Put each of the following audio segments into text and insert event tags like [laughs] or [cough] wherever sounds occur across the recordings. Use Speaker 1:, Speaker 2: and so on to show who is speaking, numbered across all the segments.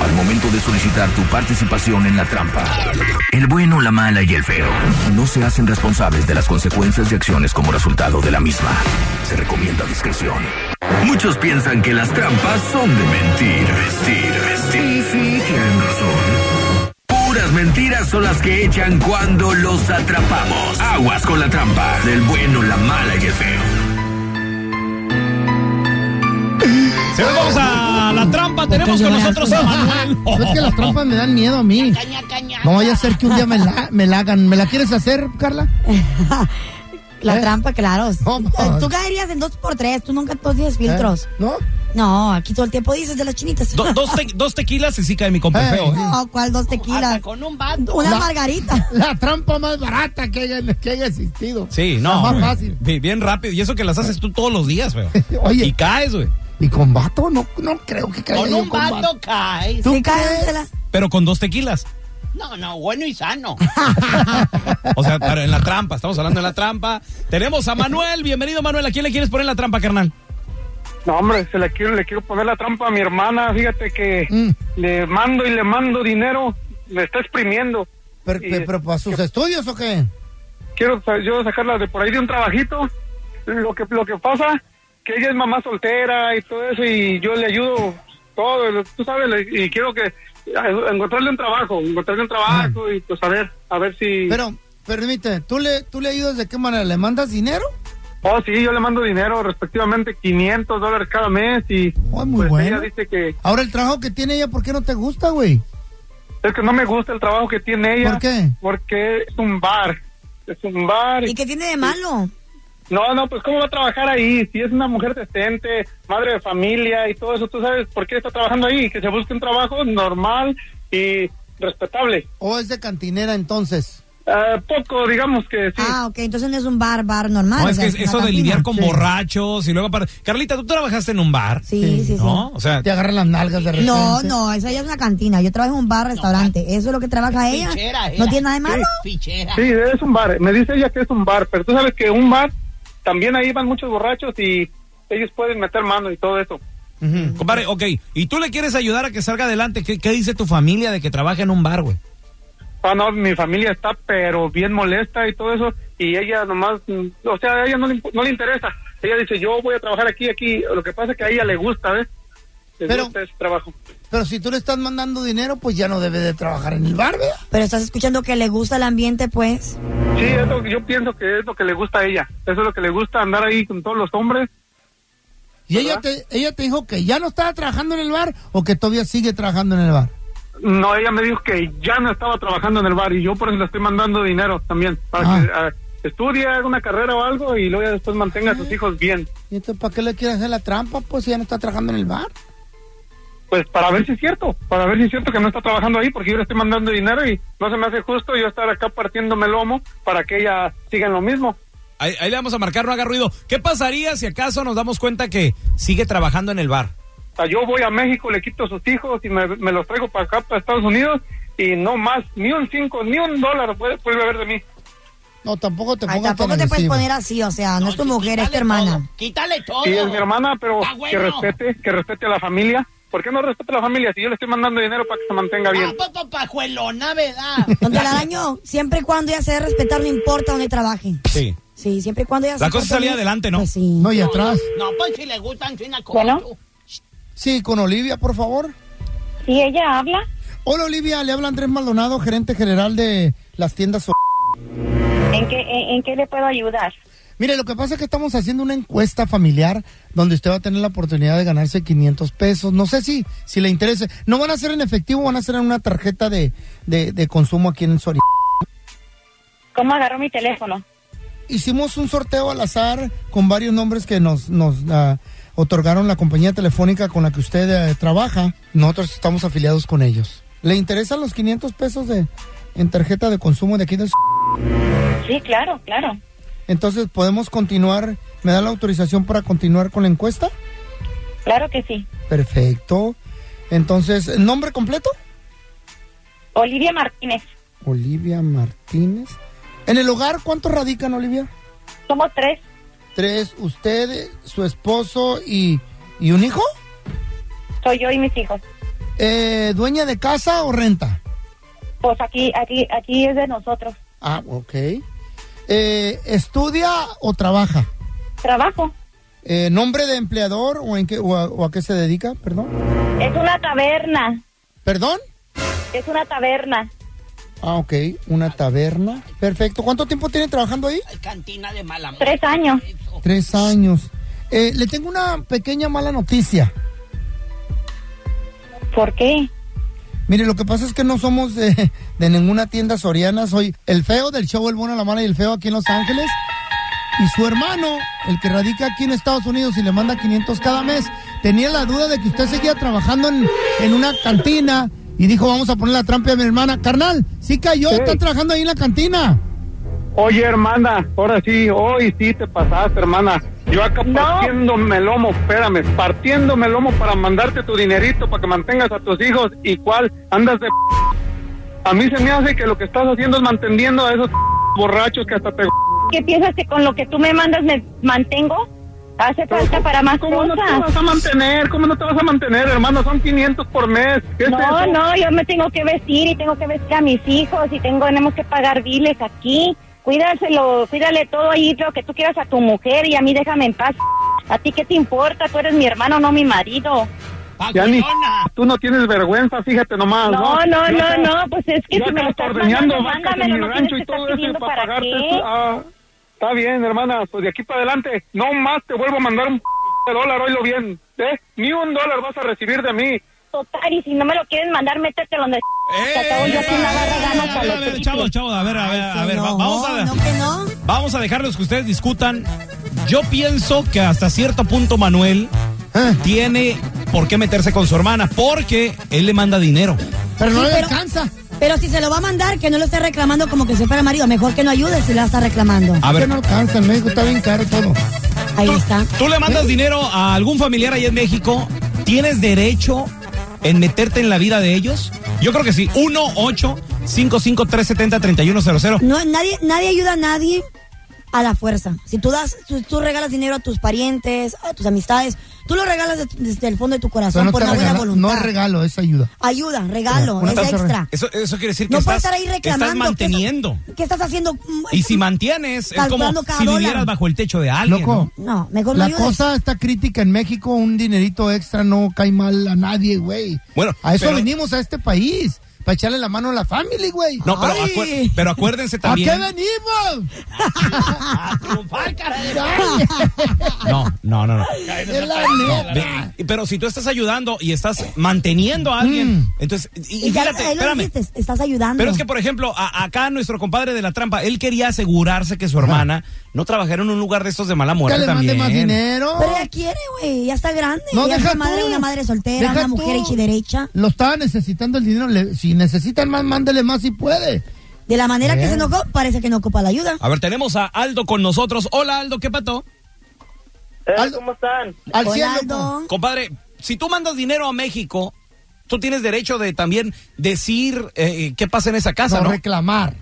Speaker 1: Al momento de solicitar tu participación en la trampa, el bueno, la mala y el feo no se hacen responsables de las consecuencias y acciones como resultado de la misma. Se recomienda discreción. Muchos piensan que las trampas son de mentir, vestir, vestir. Y sí, tienen razón. Puras mentiras son las que echan cuando los atrapamos. Aguas con la trampa del bueno, la mala y el feo.
Speaker 2: Señores, vamos a la trampa. Tenemos con
Speaker 3: [laughs]
Speaker 2: nosotros a Manuel.
Speaker 4: No [laughs] es que las trampas me dan miedo a mí. No vaya a ser que un día me la, Ah, me la hagan. ¿Me la quieres hacer, Carla?
Speaker 3: [laughs] La
Speaker 4: ¿Eh?
Speaker 3: trampa, claro. Eh,
Speaker 4: No, no.
Speaker 3: Tú caerías en dos por tres, tú nunca tú tienes filtros.
Speaker 4: ¿No?
Speaker 3: No, aquí todo el tiempo dices de las chinitas.
Speaker 2: [laughs] Do- dos,
Speaker 3: [laughs]
Speaker 2: te- dos tequilas y sí cae mi compa
Speaker 4: Eh.
Speaker 2: feo. ¿eh?
Speaker 3: No, ¿cuál dos tequilas?
Speaker 5: con un bando.
Speaker 3: Una
Speaker 4: La-
Speaker 3: margarita.
Speaker 4: [laughs] La trampa más barata que haya, que haya existido.
Speaker 2: Sí,
Speaker 4: La
Speaker 2: no.
Speaker 4: más
Speaker 2: güey.
Speaker 4: fácil.
Speaker 2: Bi- Bien rápido. Y eso que las haces tú todos los días, feo.
Speaker 4: [laughs] Oye.
Speaker 2: Y caes, güey.
Speaker 4: Y con vato, no, no creo que caiga
Speaker 5: Con
Speaker 4: yo
Speaker 5: un
Speaker 4: con vato.
Speaker 5: bando caes.
Speaker 4: ¿Tú
Speaker 3: Sí,
Speaker 4: crees?
Speaker 3: cállate la-
Speaker 2: Pero con dos tequilas.
Speaker 5: No, no, bueno
Speaker 3: [laughs]
Speaker 5: y sano.
Speaker 2: O sea, pero en la trampa. Estamos hablando de la trampa. Tenemos a Manuel. Bienvenido, Manuel. ¿A quién le quieres poner la trampa, carnal?
Speaker 6: No, hombre, se la quiero, le quiero poner la trampa a mi hermana. Fíjate que
Speaker 4: Mm.
Speaker 6: le mando y le mando dinero. Me está exprimiendo.
Speaker 4: ¿Pero,
Speaker 6: Y
Speaker 4: pero, pero para sus estudios o qué?
Speaker 6: Quiero sa- yo sacarla de por ahí de un trabajito. Lo que, lo que pasa, que ella es mamá soltera y todo eso, y yo le ayudo todo, lo- tú sabes, le- y quiero que a- encontrarle un trabajo, encontrarle un trabajo y pues a ver, a ver si...
Speaker 4: Mm. Pero, permíteme, ¿tú le, ¿tú le ayudas de qué manera? ¿Le mandas dinero?
Speaker 6: Oh, sí, yo le mando dinero, respectivamente 500 dólares cada mes y
Speaker 4: Oh, muy
Speaker 6: pues
Speaker 4: bueno.
Speaker 6: ella dice que
Speaker 4: Ahora el trabajo que tiene ella, ¿por qué no te gusta, güey?
Speaker 6: Es que no me gusta el trabajo que tiene ella.
Speaker 4: ¿Por qué?
Speaker 6: Porque es un bar. Es un bar.
Speaker 3: ¿Y qué tiene de malo?
Speaker 6: No, no, pues ¿cómo va a trabajar ahí? Si es una mujer decente, madre de familia y todo eso, ¿tú sabes por qué está trabajando ahí? Que se busque un trabajo normal y respetable.
Speaker 4: ¿O es de cantinera entonces?
Speaker 6: Ah, poco, digamos que sí.
Speaker 3: Ah, ok, entonces no es un bar, bar normal.
Speaker 2: No,
Speaker 3: o
Speaker 2: es
Speaker 3: sea,
Speaker 2: que es-
Speaker 3: una
Speaker 2: eso de
Speaker 3: cantina.
Speaker 2: lidiar con
Speaker 4: Sí.
Speaker 2: borrachos y luego para. Carlita, tú trabajaste en un bar.
Speaker 3: Sí, sí, sí.
Speaker 2: ¿No? O sea,
Speaker 4: Te agarran las nalgas de repente. Ah,
Speaker 3: No, no, esa ya es una cantina. Yo trabajo en un bar, restaurante. Eso es lo que trabaja ella.
Speaker 5: Pichera,
Speaker 3: No
Speaker 5: era.
Speaker 3: tiene nada de malo.
Speaker 5: Pichera.
Speaker 6: Sí, es un bar. Me dice ella que es un bar, pero tú sabes que un bar, también ahí van muchos borrachos y ellos pueden meter mano y todo eso.
Speaker 4: Ujú.
Speaker 2: compadre, ok. Y tú le quieres ayudar a que salga adelante. ¿Qué, qué dice tu familia de que trabaja en un bar, güey?
Speaker 6: Ah, no, mi familia está pero bien molesta y todo eso, y ella nomás, mm, o sea, a ella no le, imp- no le interesa. Ella dice, yo voy a trabajar aquí, aquí. Lo que pasa es que a ella le gusta, ¿ves? Le
Speaker 4: Pero-
Speaker 6: gusta ese trabajo.
Speaker 4: Pero si tú le estás mandando dinero, pues ya no debe de trabajar en el bar, ¿verdad?
Speaker 3: Pero estás escuchando que le gusta el ambiente, pues.
Speaker 6: Sí, es lo que yo pienso que es lo que le gusta a ella. Eso es lo que le gusta, andar ahí con todos los hombres.
Speaker 4: ¿Y ella te, ella te dijo que ya no estaba trabajando en el bar o que todavía sigue trabajando en el bar?
Speaker 6: No, ella me dijo que ya no estaba trabajando en el bar y yo por eso le estoy mandando dinero también. Para que ah, estudie, haga una carrera o algo y luego ya después mantenga a sus hijos bien.
Speaker 4: ¿Y entonces para qué le quieres hacer la trampa, pues, si ya no está trabajando en el bar?
Speaker 6: Pues para ver si es cierto, para ver si es cierto que no está trabajando ahí porque yo le estoy mandando dinero y no se me hace justo yo estar acá partiéndome el lomo para que ella siga en lo mismo.
Speaker 2: Ahí, ahí le vamos a marcar, no haga ruido. ¿Qué pasaría si acaso nos damos cuenta que sigue trabajando en el bar?
Speaker 6: O sea, Ah, yo voy a México, le quito a sus hijos y me, me los traigo para acá, para Estados Unidos y no más, ni un cinco, ni un dólar puede, puede haber de mí.
Speaker 4: No, tampoco te
Speaker 3: Ay,
Speaker 4: pongas
Speaker 3: tampoco
Speaker 4: tan
Speaker 3: te puedes
Speaker 4: encima.
Speaker 3: poner así, o sea, no, es tu mujer, es tu
Speaker 5: quítale
Speaker 3: hermana.
Speaker 5: todo, Quítale todo.
Speaker 6: Sí, es mi hermana, pero
Speaker 5: Está bueno.
Speaker 6: que respete, que respete a la familia. ¿Por qué no respete a la familia si yo le estoy mandando dinero para que se mantenga bien?
Speaker 5: Ah, pa- pa- pajuelona, ¿verdad?
Speaker 3: [laughs] Donde la daño, siempre y cuando ella se dé respetar, no importa donde trabaje.
Speaker 5: pues.
Speaker 2: Sí.
Speaker 3: Sí, siempre y cuando ella
Speaker 2: La
Speaker 3: sea
Speaker 2: cosa es salir
Speaker 3: feliz,
Speaker 2: adelante, ¿no?
Speaker 3: pues sí.
Speaker 4: No, y atrás.
Speaker 5: No, pues si le gustan china como
Speaker 7: Bueno.
Speaker 5: tú.
Speaker 4: Sí, con Olivia, por favor.
Speaker 7: Sí, ella habla.
Speaker 4: Hola, Olivia, le habla Andrés Maldonado, gerente general de las tiendas. O-
Speaker 7: ¿En qué, en, en qué le puedo ayudar?
Speaker 4: Mire, lo que pasa es que estamos haciendo una encuesta familiar donde usted va a tener la oportunidad de ganarse 500 pesos. No sé si, si le interese. No van a ser en efectivo, van a ser en una tarjeta de, de, de consumo aquí en Sori.
Speaker 7: ¿Cómo agarró mi teléfono?
Speaker 4: Hicimos un sorteo al azar con varios nombres que nos, nos ah, otorgaron la compañía telefónica con la que usted eh, trabaja. Nosotros estamos afiliados con ellos. ¿Le interesan los 500 pesos de, en tarjeta de consumo de aquí de
Speaker 7: Sí, claro, claro.
Speaker 4: Entonces, ¿podemos continuar? ¿Me da la autorización para continuar con la encuesta?
Speaker 7: Claro que sí.
Speaker 4: Perfecto. Entonces, ¿nombre completo?
Speaker 7: Olivia Martínez.
Speaker 4: Olivia Martínez. En el hogar, ¿cuántos radican, Olivia?
Speaker 7: Somos tres.
Speaker 4: Tres, usted, eh, su esposo y, y un hijo.
Speaker 7: Soy yo y mis hijos.
Speaker 4: Eh, ¿Dueña de casa o renta?
Speaker 7: Pues aquí, aquí, aquí es de nosotros.
Speaker 4: Ah, ok. Eh, ¿Estudia o trabaja?
Speaker 7: Trabajo.
Speaker 4: Eh, ¿Nombre de empleador o, en qué, o, a, o a qué se dedica? Perdón.
Speaker 7: Es una taberna.
Speaker 4: ¿Perdón?
Speaker 7: Es una taberna.
Speaker 4: Ah, ok. Una taberna. Perfecto. ¿Cuánto tiempo tiene trabajando ahí?
Speaker 5: Cantina de
Speaker 4: [laughs]
Speaker 5: mala muerte.
Speaker 7: Tres años.
Speaker 4: Tres años. Eh, le tengo una pequeña mala noticia.
Speaker 7: ¿Por qué?
Speaker 4: Mire, lo que pasa es que no somos de, de ninguna tienda soriana. Soy el feo del show El Bueno, la Mala y el Feo aquí en Los Ángeles. Y su hermano, el que radica aquí en Estados Unidos y le manda 500 cada mes, tenía la duda de que usted seguía trabajando en, en una cantina y dijo, vamos a poner la trampa a mi hermana. Carnal, sí cayó, está trabajando ahí en la cantina.
Speaker 6: Oye, hermana, ahora sí, hoy sí te pasaste, hermana. Yo acá partiéndome el lomo, espérame, partiéndome el lomo para mandarte tu dinerito para que mantengas a tus hijos y cuál andas de... p-? A mí se me hace que lo que estás haciendo es manteniendo a esos p- borrachos que hasta te...
Speaker 7: ¿Qué piensas que con lo que tú me mandas me mantengo? Hace falta para más
Speaker 6: ¿Cómo no te vas
Speaker 7: cosas.
Speaker 6: a mantener? ¿Cómo no te vas a mantener, hermana? Son 500 por mes. ¿Qué es
Speaker 7: No,
Speaker 6: eso?
Speaker 7: no, yo me tengo que vestir y tengo que vestir a mis hijos y tengo, tenemos que pagar biles aquí. Cuídaselo, cuídale todo ahí lo que tú quieras a tu mujer y a mí déjame en paz. ¿A ti qué te importa? Tú eres mi hermano, no mi marido.
Speaker 6: Ya ni-
Speaker 5: Pajuelona.
Speaker 6: tú no tienes vergüenza, fíjate nomás.
Speaker 7: No, no,
Speaker 6: Ya
Speaker 7: no,
Speaker 6: estás-
Speaker 7: no, pues es que
Speaker 6: ya
Speaker 7: si me lo
Speaker 6: estás
Speaker 7: estás
Speaker 6: ordeñando
Speaker 7: mandando,
Speaker 6: vacas en mi
Speaker 7: mándamelo, no
Speaker 6: rancho
Speaker 7: tienes que
Speaker 6: y
Speaker 7: estar
Speaker 6: todo eso
Speaker 7: pidiendo
Speaker 6: para
Speaker 7: para
Speaker 6: pagarte.
Speaker 7: qué.
Speaker 6: esto. Ah, está bien, hermana, pues de aquí para adelante, no más te vuelvo a mandar un p- dólar, oílo bien, ¿eh? Ni un dólar vas a recibir de mí.
Speaker 7: Total, y si no me lo quieres mandar, métetelo donde... te acabo yo aquí en la barra
Speaker 2: a
Speaker 7: ganas
Speaker 2: ver,
Speaker 7: a
Speaker 2: a
Speaker 7: lo
Speaker 2: ver,
Speaker 7: triste.
Speaker 2: chavos, chavos, a ver, a ver, a ver, va- vamos a...
Speaker 3: No, que no.
Speaker 2: Vamos a dejarlos que ustedes discutan. Yo pienso que hasta cierto punto Manuel
Speaker 3: Ah.
Speaker 4: Eh,
Speaker 2: tiene por qué meterse con su hermana porque él le manda dinero.
Speaker 4: pero no
Speaker 3: Sí,
Speaker 4: le
Speaker 3: pero-
Speaker 4: alcanza.
Speaker 3: Pero si se lo va a mandar, que no lo esté reclamando como que si fuera marido. Mejor que no ayude si la está reclamando.
Speaker 2: A
Speaker 4: Que
Speaker 2: ver,
Speaker 4: no alcanza, en México está bien caro todo.
Speaker 3: Ahí está.
Speaker 2: tú le mandas dinero a algún familiar ahí en México, ¿tienes derecho en meterte en la vida de ellos? Yo creo que sí. 1 8 55 370 3100
Speaker 3: No, nadie, nadie ayuda a nadie. a la fuerza. Si tú das, tú, tú regalas dinero a tus parientes, a tus amistades, tú lo regalas de- desde el fondo de tu
Speaker 4: Pero
Speaker 3: corazón
Speaker 4: no,
Speaker 3: por
Speaker 4: te
Speaker 3: una buena
Speaker 4: regala- no
Speaker 3: voluntad.
Speaker 4: es regalo, es ayuda.
Speaker 3: Ayuda, regalo,
Speaker 4: Una
Speaker 3: es
Speaker 4: taza de
Speaker 3: extra.
Speaker 2: Eso, eso quiere decir que
Speaker 3: No puedes estar
Speaker 2: estás,
Speaker 3: ahí reclamando.
Speaker 2: estás
Speaker 3: ¿qué estás-
Speaker 2: manteniendo.
Speaker 3: ¿Qué estás haciendo? Mm,
Speaker 2: Y si mantienes, es como
Speaker 3: Calculando cada
Speaker 2: si
Speaker 3: dólar.
Speaker 2: vivieras bajo el techo de alguien.
Speaker 4: Loco.
Speaker 2: ¿no?
Speaker 3: mejor
Speaker 2: no
Speaker 4: La
Speaker 2: ayudes.
Speaker 4: cosa está crítica en México, un dinerito extra no cae mal a nadie, güey.
Speaker 2: Bueno,
Speaker 4: a eso
Speaker 2: pero-
Speaker 4: venimos a este país, para echarle la mano a la familia, güey.
Speaker 2: No, pero,
Speaker 4: Ay.
Speaker 2: acuer- pero acuérdense
Speaker 4: ¿A
Speaker 2: también.
Speaker 4: qué
Speaker 3: [laughs]
Speaker 4: venimos?
Speaker 2: No, no,
Speaker 4: [laughs]
Speaker 2: no, no.
Speaker 4: Es la neta.
Speaker 2: Ve- Pero si tú estás ayudando y estás manteniendo a alguien,
Speaker 4: Mm.
Speaker 2: entonces, y, y
Speaker 3: Y ya
Speaker 2: fíjate,
Speaker 3: ahí lo
Speaker 2: espérame.
Speaker 3: dijiste, estás ayudando.
Speaker 2: Pero es que, por ejemplo, a- acá nuestro compadre de la trampa, él quería asegurarse que su hermana no trabajara en un lugar de estos de mala muerte
Speaker 4: Que le mande
Speaker 2: también.
Speaker 4: más dinero.
Speaker 3: Pero ella quiere, güey, ya está grande.
Speaker 4: No,
Speaker 3: ya es
Speaker 4: deja
Speaker 3: una madre,
Speaker 4: tú.
Speaker 3: una madre soltera,
Speaker 4: Deja
Speaker 3: una mujer
Speaker 4: tú.
Speaker 3: hecha y derecha.
Speaker 4: Lo estaba necesitando el dinero. le- si necesitan más, mándele más si puede.
Speaker 3: De la manera que
Speaker 2: Bien.
Speaker 3: se enojó, parece que no ocupa la ayuda.
Speaker 2: A ver, tenemos a Aldo con nosotros. Hola, Aldo, ¿qué pato?
Speaker 8: Eh, ¿Cómo están?
Speaker 3: Hola, Aldo.
Speaker 2: Compadre, si tú mandas dinero a México, tú tienes derecho de también decir eh, qué pasa en esa casa,
Speaker 4: No,
Speaker 2: ¿no?
Speaker 4: reclamar.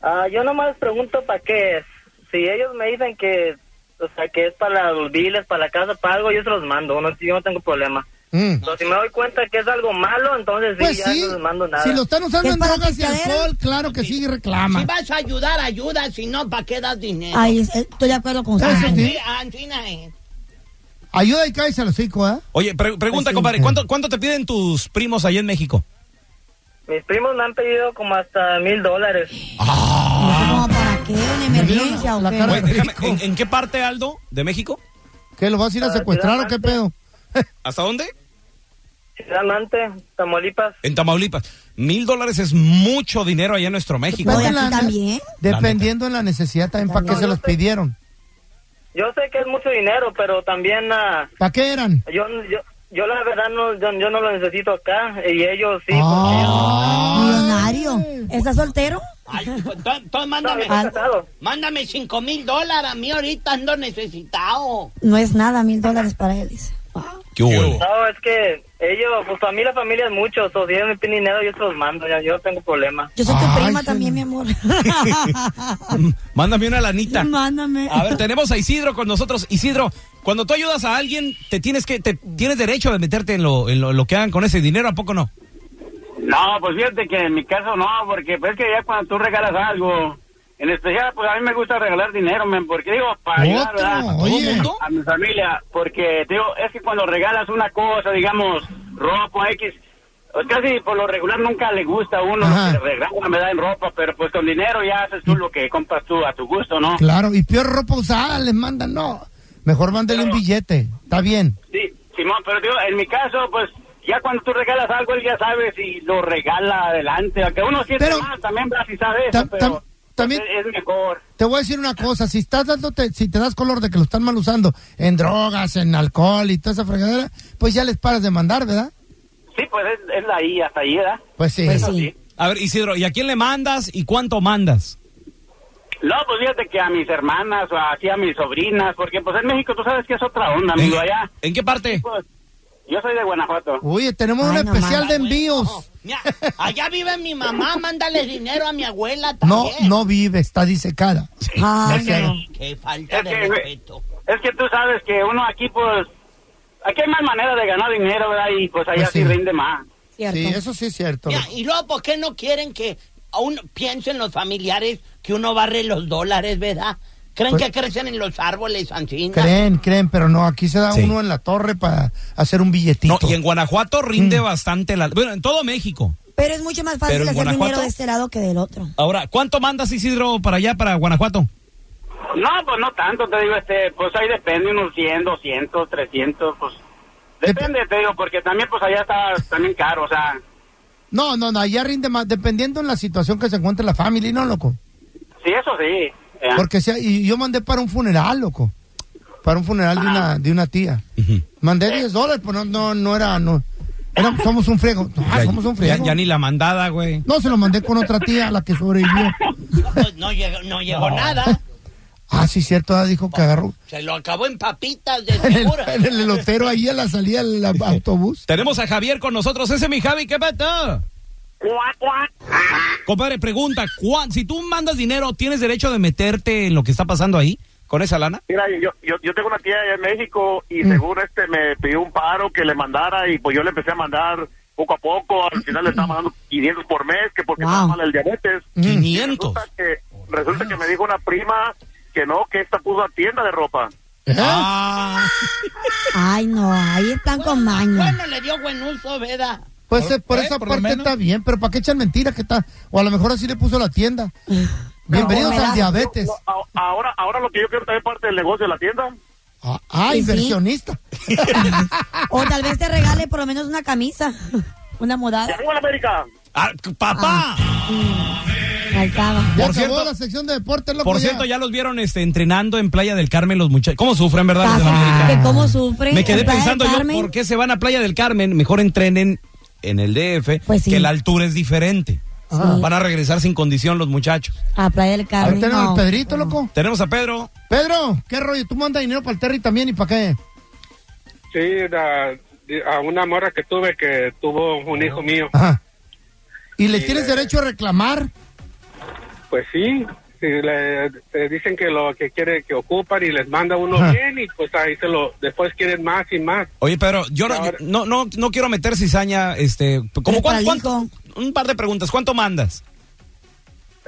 Speaker 8: Ah, yo nomás pregunto para qué es. Si ellos me dicen que, o sea, que es para los biles, para la casa, para algo, yo se los mando. No, yo no tengo problema. Pero si me doy cuenta que es algo malo, entonces sí,
Speaker 4: Mm. Pues
Speaker 8: ya
Speaker 4: sí,
Speaker 8: no les mando nada.
Speaker 4: si lo están usando en
Speaker 8: para
Speaker 4: drogas y
Speaker 8: pisteadera?
Speaker 4: alcohol, claro que sí, reclama.
Speaker 5: Si vas a ayudar, ayuda. Si no, ¿para qué das dinero?
Speaker 3: Ay, es- estoy de acuerdo con usted.
Speaker 5: Ah,
Speaker 3: compadre.
Speaker 5: sí, ah, China, eh.
Speaker 4: Ayuda y cállese a los cinco, ¿eh?
Speaker 2: Oye, pre- pregunta,
Speaker 4: Pues sí,
Speaker 2: compadre,
Speaker 4: sí.
Speaker 2: ¿cuánto, ¿cuánto te piden tus primos allá en México?
Speaker 8: Mis primos me han pedido como hasta mil dólares.
Speaker 4: Ah,
Speaker 3: ¿Para qué? ¿Una emergencia o qué?
Speaker 2: Güey, déjame, ¿en, en qué parte, Aldo, de México?
Speaker 4: ¿Qué, lo vas a ir a
Speaker 8: Ah,
Speaker 4: secuestrar o
Speaker 8: Ciudad
Speaker 4: qué pedo?
Speaker 2: ¿Hasta dónde?
Speaker 8: Realmente, Tamaulipas.
Speaker 2: En Tamaulipas. Mil dólares es mucho dinero allá en nuestro México. ¿eh?
Speaker 3: Oye, aquí también.
Speaker 4: Dependiendo de la necesidad también, ¿para qué se los pidieron?
Speaker 8: Yo sé que es mucho dinero, pero también ah,
Speaker 4: ¿Para qué eran?
Speaker 8: yo, yo, yo la verdad no, yo, yo no lo necesito acá y ellos sí.
Speaker 4: Ah,
Speaker 3: Millonario. ¿Estás soltero?
Speaker 5: Ay, pues, to- to- mándame,
Speaker 3: No, estoy casado.
Speaker 5: mándame cinco mil dólares. A mí ahorita ando necesitado.
Speaker 3: No es nada, mil dólares para él. dice.
Speaker 2: ¿Qué hubo?
Speaker 8: No, es que ellos, pues para mí la familia es mucho. O sea, si ellos me piden dinero, yo se los mando. Yo, yo no tengo problema.
Speaker 3: Yo soy tu prima también, mi amor. [laughs]
Speaker 2: Mándame una lanita.
Speaker 3: Mándame.
Speaker 2: A ver, tenemos a Isidro con nosotros. Isidro, cuando tú ayudas a alguien, te tienes que, te tienes derecho de meterte en lo, en lo, lo que hagan con ese dinero, ¿a poco no?
Speaker 9: No, pues fíjate que en mi caso no, porque pues es que ya cuando tú regalas algo, en especial, pues a mí me gusta regalar dinero, men, porque digo, para ayudar
Speaker 4: Otro,
Speaker 9: ¿verdad?
Speaker 4: oye.
Speaker 9: a mi familia, porque te digo, es que cuando regalas una cosa, digamos, ropa X, pues, casi por lo regular nunca le gusta a uno
Speaker 4: Ajá. Mm.
Speaker 9: lo que le regalan, me dan ropa, pero pues con dinero ya haces tú lo que compras tú a tu gusto, ¿no?
Speaker 4: Claro, y peor ropa usada les mandan, no. Mejor mándele un billete, está bien.
Speaker 9: Sí, Simón, pero digo, en mi caso, pues ya cuando tú regalas algo, él ya sabe si lo regala adelante, aunque uno siente
Speaker 4: Pero-
Speaker 9: mal, también Brasi sabe
Speaker 4: Tam-
Speaker 9: eso,
Speaker 4: tam-
Speaker 9: pero
Speaker 4: también-
Speaker 9: es- es mejor.
Speaker 4: Te voy a decir una cosa, si estás dándote, si te das color de que lo están mal usando en drogas, en alcohol y toda esa fregadera, pues ya les paras de mandar, ¿verdad?
Speaker 9: Sí, pues es, es la I, hasta ahí, ¿verdad?
Speaker 4: Pues sí.
Speaker 9: Pues sí.
Speaker 2: A ver, Isidro, ¿y a quién le mandas y cuánto mandas?
Speaker 9: No, pues fíjate que a mis hermanas, o así a mis sobrinas, porque pues en México tú sabes que es otra onda, amigo, allá.
Speaker 2: ¿En qué parte?
Speaker 9: Pues, yo soy de Guanajuato.
Speaker 4: Oye, tenemos un especial de envíos.
Speaker 5: Mira, allá vive mi mamá. Mándale dinero a mi abuela
Speaker 4: No,
Speaker 5: también.
Speaker 4: no vive, está disecada.
Speaker 5: Ay,
Speaker 4: O sea,
Speaker 5: no. Ah, Qué falta
Speaker 9: Es
Speaker 5: de
Speaker 9: que, güey,
Speaker 5: respeto.
Speaker 9: Es que tú sabes que uno aquí, pues, aquí hay más manera de ganar dinero, ¿verdad? Y pues allá
Speaker 4: Pues
Speaker 9: sí.
Speaker 4: sí.
Speaker 9: rinde más.
Speaker 4: Sí, eso sí es cierto.
Speaker 5: Mira, y luego, ¿por qué no quieren que aún piensen los familiares que uno barre los dólares, verdad? ¿Creen
Speaker 4: Pues-
Speaker 5: que crecen en los árboles, Ancina?
Speaker 4: Creen, creen, pero no, aquí se da uno en la torre para hacer un billetito. Mm.
Speaker 2: No, y en Guanajuato rinde bastante la. Bueno, en todo México.
Speaker 3: Pero es mucho más fácil
Speaker 2: Pero en
Speaker 3: hacer dinero
Speaker 2: Guanajuato-
Speaker 3: de este lado que del otro.
Speaker 2: Ahora, ¿cuánto mandas, Isidro, para allá, para Guanajuato?
Speaker 9: No, pues no tanto, te digo, este, pues ahí depende, unos 100, 200, 300, pues. Depende, te digo, porque también, pues allá está también caro, o sea.
Speaker 4: No, no, no, allá rinde más, dependiendo en la situación que se encuentre la familia, ¿no, loco?
Speaker 9: Sí, eso sí. eh.
Speaker 4: Porque si, y yo mandé para un funeral, loco. Para un funeral de una, de una tía. Mandé 10 dólares, pero no, no, no era, no. Era- somos un friego. No,
Speaker 2: [laughs] Ya-
Speaker 4: somos un
Speaker 2: ya,
Speaker 4: friego.
Speaker 2: ya ni la mandada, güey.
Speaker 4: No, se lo mandé con otra tía, la que sobrevivió.
Speaker 5: Pues no llegó, no llegó nada.
Speaker 4: Ah, sí, cierto, ah, dijo que agarró
Speaker 5: Se lo acabó en papitas de
Speaker 4: [laughs] en el,
Speaker 5: seguro.
Speaker 4: en el elotero ahí a la salida del autobús.
Speaker 2: Tenemos a Javier con nosotros. Ese es mi Javi, ¿qué pasa? Compadre, pregunta, ¿cuán- si tú mandas dinero, ¿tienes derecho de meterte en lo que está pasando ahí con esa lana?
Speaker 10: Mira, yo, yo, yo tengo una tía allá en México y
Speaker 4: Mm.
Speaker 10: según este me pidió un paro que le mandara y pues yo le empecé a mandar poco a poco, al final le estaba mandando 500 por mes, que porque estaba mal el diabetes.
Speaker 2: 500.
Speaker 10: Resulta que, resulta que me dijo una prima que no, que esta puso a tienda de ropa.
Speaker 4: ¿Eh?
Speaker 10: Ah.
Speaker 3: Ay, no, ahí están con maña.
Speaker 11: Bueno, le dio buen uso, ¿verdad?
Speaker 4: Pues eh, por, esa parte está bien, pero ¿para qué echan mentiras que está? O a lo mejor así le puso la tienda. Bienvenidos
Speaker 10: No,
Speaker 4: al diabetes.
Speaker 10: no, a- ahora, ahora lo que yo quiero también parte del negocio de la tienda.
Speaker 4: Ah, ah,
Speaker 3: Sí, sí.
Speaker 4: inversionista.
Speaker 3: O tal vez te regale por lo menos una camisa, una
Speaker 10: ¡Y
Speaker 3: mudada.
Speaker 10: arriba la América!
Speaker 2: Ah, ¡Papá!
Speaker 3: Ah. Mm. Faltaba.
Speaker 4: Ya
Speaker 2: Por
Speaker 4: acabó
Speaker 2: cierto-
Speaker 4: la sección de deportes, loco.
Speaker 2: Por
Speaker 4: ya.
Speaker 2: cierto, ya los vieron este, entrenando en Playa del Carmen los muchachos. ¿Cómo sufren, verdad? los de la América?
Speaker 3: Que cómo sufre.
Speaker 2: Me quedé
Speaker 3: Playa del
Speaker 2: pensando yo,
Speaker 3: Carmen.
Speaker 2: ¿por qué se van a Playa del Carmen? Mejor entrenen en el DF,
Speaker 3: Pues
Speaker 2: que la altura es diferente.
Speaker 3: Ajá.
Speaker 2: Van a regresar sin condición los muchachos.
Speaker 3: A Playa del Carmen.
Speaker 4: Ahí tenemos
Speaker 3: no.
Speaker 4: el Pedrito, loco.
Speaker 2: Mm. Tenemos a Pedro.
Speaker 4: Pedro, ¿qué rollo? ¿Tú mandas dinero para el Terry también y para qué?
Speaker 12: Sí, la- a una morra que tuve que tuvo un hijo mío.
Speaker 4: ¿Y le
Speaker 12: Sí,
Speaker 4: tienes
Speaker 12: le-
Speaker 4: derecho a reclamar?
Speaker 12: Pues sí, sí, le, le dicen que lo que quiere que ocupan y les manda uno
Speaker 2: Ajá.
Speaker 12: bien y pues ahí se lo, después quieren más y más.
Speaker 2: Oye, Pedro, yo no, yo- no, no, no quiero meter cizaña, este, como cuán- cuánto- un par de preguntas, ¿cuánto mandas?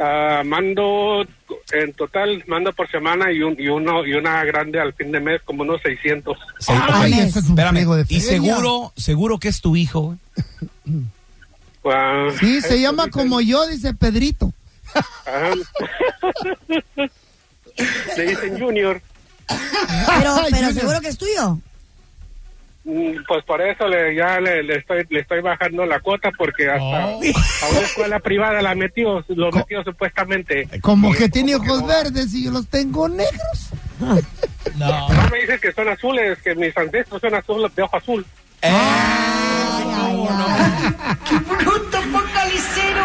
Speaker 12: Ah, mando, en total, mando por semana y, un, y, uno, y una grande al fin de mes, como unos Ah, 600.
Speaker 2: Ay,
Speaker 4: eso es un friego de
Speaker 2: Y
Speaker 4: feria.
Speaker 2: seguro, seguro que es tu hijo. güey.
Speaker 12: Ah,
Speaker 4: Sí, se
Speaker 12: eso
Speaker 4: llama
Speaker 12: dicen.
Speaker 4: como yo, dice Pedrito.
Speaker 12: Ajá. Le dicen Junior.
Speaker 3: Pero, pero
Speaker 12: Junior.
Speaker 3: seguro que es tuyo.
Speaker 12: Mm, Pues por eso le, ya le, le estoy, le estoy bajando la cuota porque hasta [laughs] a una escuela privada la metió, lo metió supuestamente.
Speaker 4: Como
Speaker 12: Y
Speaker 4: que
Speaker 12: es
Speaker 4: tiene
Speaker 12: como que
Speaker 4: ojos
Speaker 12: no-
Speaker 4: verdes y yo los tengo negros.
Speaker 3: Ah.
Speaker 12: No me dices que son azules, que mis ancestros son azules de ojo azul.
Speaker 5: ¡Bruto focalicero!